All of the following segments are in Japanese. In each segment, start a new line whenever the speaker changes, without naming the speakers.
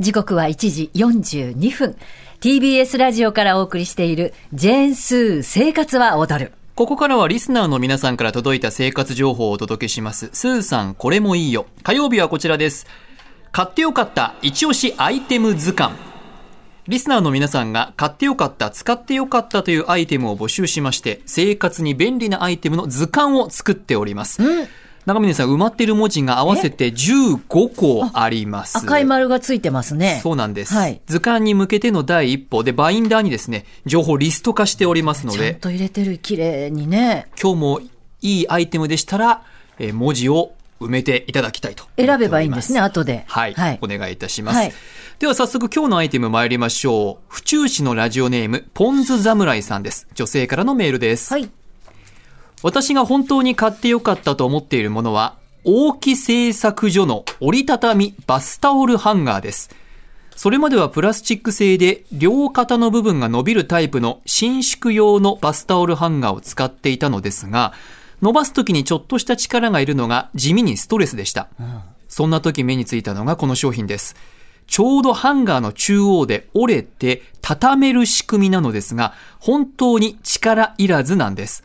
時刻は1時42分。TBS ラジオからお送りしている、ジェーンスー生活は踊る。
ここからはリスナーの皆さんから届いた生活情報をお届けします。スーさん、これもいいよ。火曜日はこちらです。買ってよかった一押しアイテム図鑑。リスナーの皆さんが買ってよかった、使ってよかったというアイテムを募集しまして、生活に便利なアイテムの図鑑を作っております。うん中峰さん埋まっている文字が合わせて15個あります
赤い丸がついてますね
そうなんです、はい、図鑑に向けての第一歩でバインダーにですね情報リスト化しておりますので
ちゃんと入れてる綺麗にね
今日もいいアイテムでしたら、えー、文字を埋めていただきたいと
選べばいいんですね後で、
はい、はい、お願いいたします、はい、では早速今日のアイテム参りましょう府中市のラジオネームポンズ侍さんです女性からのメールです、はい私が本当に買ってよかったと思っているものは、大木製作所の折りたたみバスタオルハンガーです。それまではプラスチック製で両肩の部分が伸びるタイプの伸縮用のバスタオルハンガーを使っていたのですが、伸ばす時にちょっとした力がいるのが地味にストレスでした。うん、そんな時目についたのがこの商品です。ちょうどハンガーの中央で折れて畳める仕組みなのですが、本当に力いらずなんです。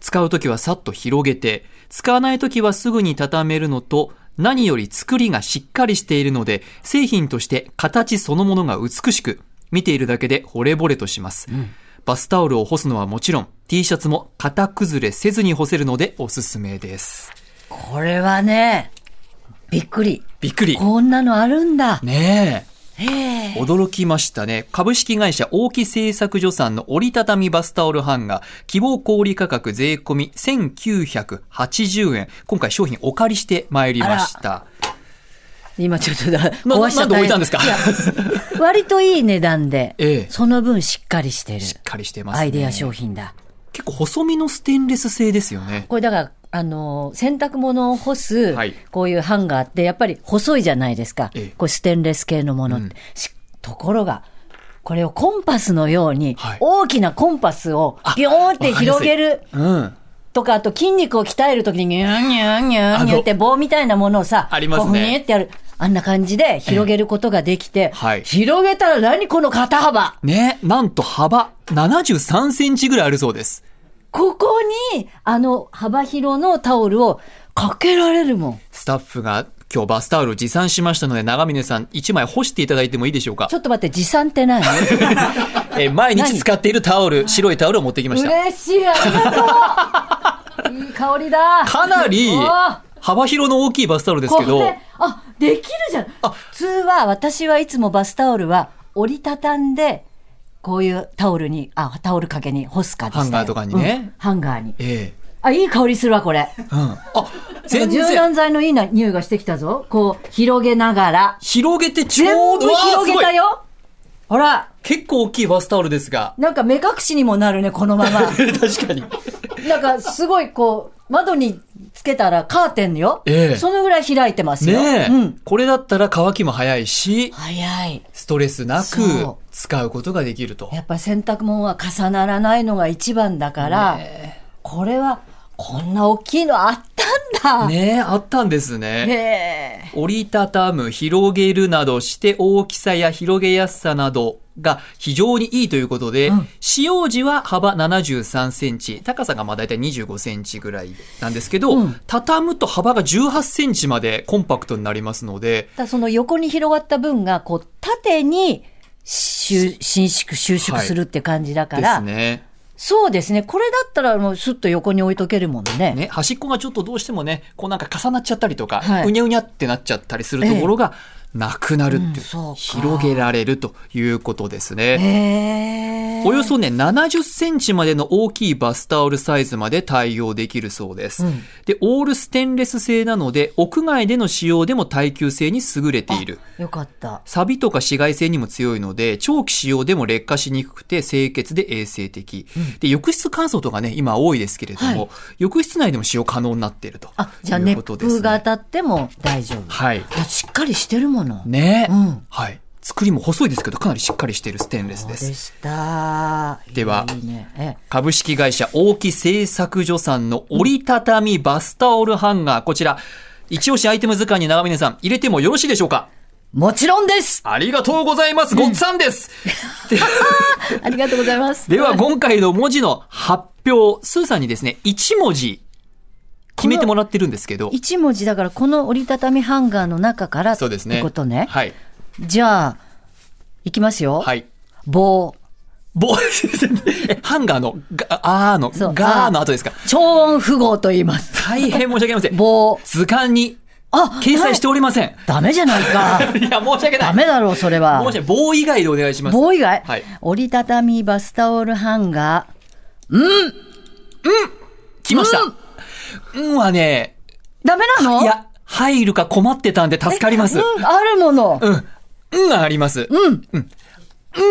使うときはさっと広げて、使わないときはすぐに畳めるのと、何より作りがしっかりしているので、製品として形そのものが美しく、見ているだけで惚れ惚れとします。うん、バスタオルを干すのはもちろん、T シャツも型崩れせずに干せるのでおすすめです。
これはね、びっくり。
びっくり。
こんなのあるんだ。
ねえ。驚きましたね。株式会社大木製作所さんの折りたたみバスタオルハンガー、希望小売価格税込み1980円。今回商品お借りしてまいりました。。
今ちょっとだ、壊しちゃった
置いたんですか
割といい値段で、ええ、その分しっかりしてる。
しっかりしてます、ね、
アイデア商品だ。
結構細身のステンレス製ですよね。
これだから、あの、洗濯物を干す、こういうハンガーって、やっぱり細いじゃないですか。はい、こうステンレス系のものって。うん、ところが、これをコンパスのように、大きなコンパスをビョーンって広げる。とか、あと筋肉を鍛えるときに、ニューニューニューニューって棒みたいなものをさ、
ありますね。
こうってやる。あんな感じで広げることができて、ええはい、広げたら何この肩幅
ね、なんと幅73センチぐらいあるそうです。
ここに、あの、幅広のタオルをかけられるもん。
スタッフが今日バスタオル持参しましたので、長峰さん、1枚干していただいてもいいでしょうか
ちょっと待って、持参って何
え毎日使っているタオル、白いタオルを持ってきました。
嬉しい、ありがとういい香りだ
かなり、幅広の大きいバスタオルですけど。
あ、できるじゃん普通は、私はいつもバスタオルは折りたたんで、こういうタオルに、あ、タオル掛けに干すか
ハンガーとかにね。
うん、ハンガーに。ええ。あ、いい香りするわ、これ。うん。
あ、
全然。柔軟剤のいいな匂いがしてきたぞ。こう、広げながら。
広げてちょうど
広げたよ。ほら。
結構大きいバスタオルですが。
なんか目隠しにもなるね、このまま。
確かに。
なんかすごいこう、窓につけたらカーテンよ。ええ、そのぐらい開いてますよ。
ねえ、うん。これだったら乾きも早いし、
早い。
ストレスなく使うことができると。
やっぱ洗濯物は重ならないのが一番だから、ね、これはこんな大きいのあったんだ。
ねえ、あったんですね。ね折りたたむ、広げるなどして大きさや広げやすさなど、が非常にいいということで、うん、使用時は幅73センチ、高さがまあ大体25センチぐらいなんですけど、うん、畳むと幅が18センチまでコンパクトになりますので。
だその横に広がった分が、こう、縦に収伸縮、収縮するって感じだから。はい、
ですね。
そうですね。これだったらもうすっと横に置いとけるもんね。
ね、端っこがちょっとどうしてもね、こうなんか重なっちゃったりとか、はい、うにゃうにゃってなっちゃったりするところが、ええなくなるっていう、うん、う広げられるということですね。およそね、70センチまでの大きいバスタオルサイズまで対応できるそうです。うん、で、オールステンレス製なので、屋外での使用でも耐久性に優れている。
よかった。
錆とか紫外線にも強いので、長期使用でも劣化しにくくて清潔で衛生的。うん、で、浴室乾燥とかね、今多いですけれども、はい、浴室内でも使用可能になっているということです、ね。
あ、じゃあ熱風が当たっても大丈夫。
はい。
しっかりしてるもん
ね、うん、はい。作りも細いですけど、かなりしっかりしているステンレスです。
でした。
では、いいね、株式会社大木製作所さんの折りたたみバスタオルハンガー、こちら、一押しアイテム図鑑に長峰さん、入れてもよろしいでしょうか
もちろんです
ありがとうございます、ごっさんです
ありがとうござい ます。
では、今回の文字の発表、スーさんにですね、1文字、決めてもらってるんですけど。
1文字だから、この折りたたみハンガーの中からって
そうですね
ことね。
はい。
じゃあ、いきますよ。
はい。
棒。
棒、え ハンガーの、が、あーの、
そう
ガーの後ですか。
超音符号と言います。
大変申し訳ありま せん。
棒。
図鑑に、
あ
掲載して
お
おりません。
ダメじゃないか。
いや、申し訳ない。
ダメだろう、それは。
申し訳ない。棒以外でお願いします。
棒以外、
はい
折りたたみバスタオルハンガー。
来ました。うんはね、
ダメなの
い、や、入るか困ってたんで助かります。
うん、あるもの。
うん。うんがあります。うん。うん。うん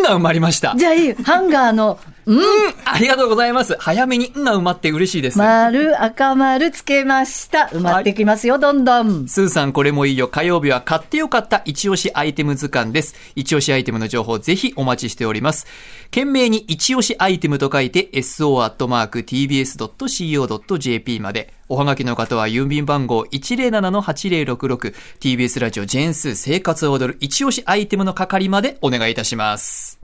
が埋まりました。
じゃあいいよ。ハンガーの、うん、
ありがとうございます。早めにうんが埋まって嬉しいです。
丸、赤丸つけました。埋まってきますよ、どんどん。
スーさんこれもいいよ。火曜日は買ってよかった一押しアイテム図鑑です。一押しアイテムの情報ぜひお待ちしております。懸命に一押しアイテムと書いて so.tbs.co.jp まで。おはがきの方は郵便番号 107-8066TBS ラジオジェーンスー生活を踊る一押しアイテムの係までお願いいたします。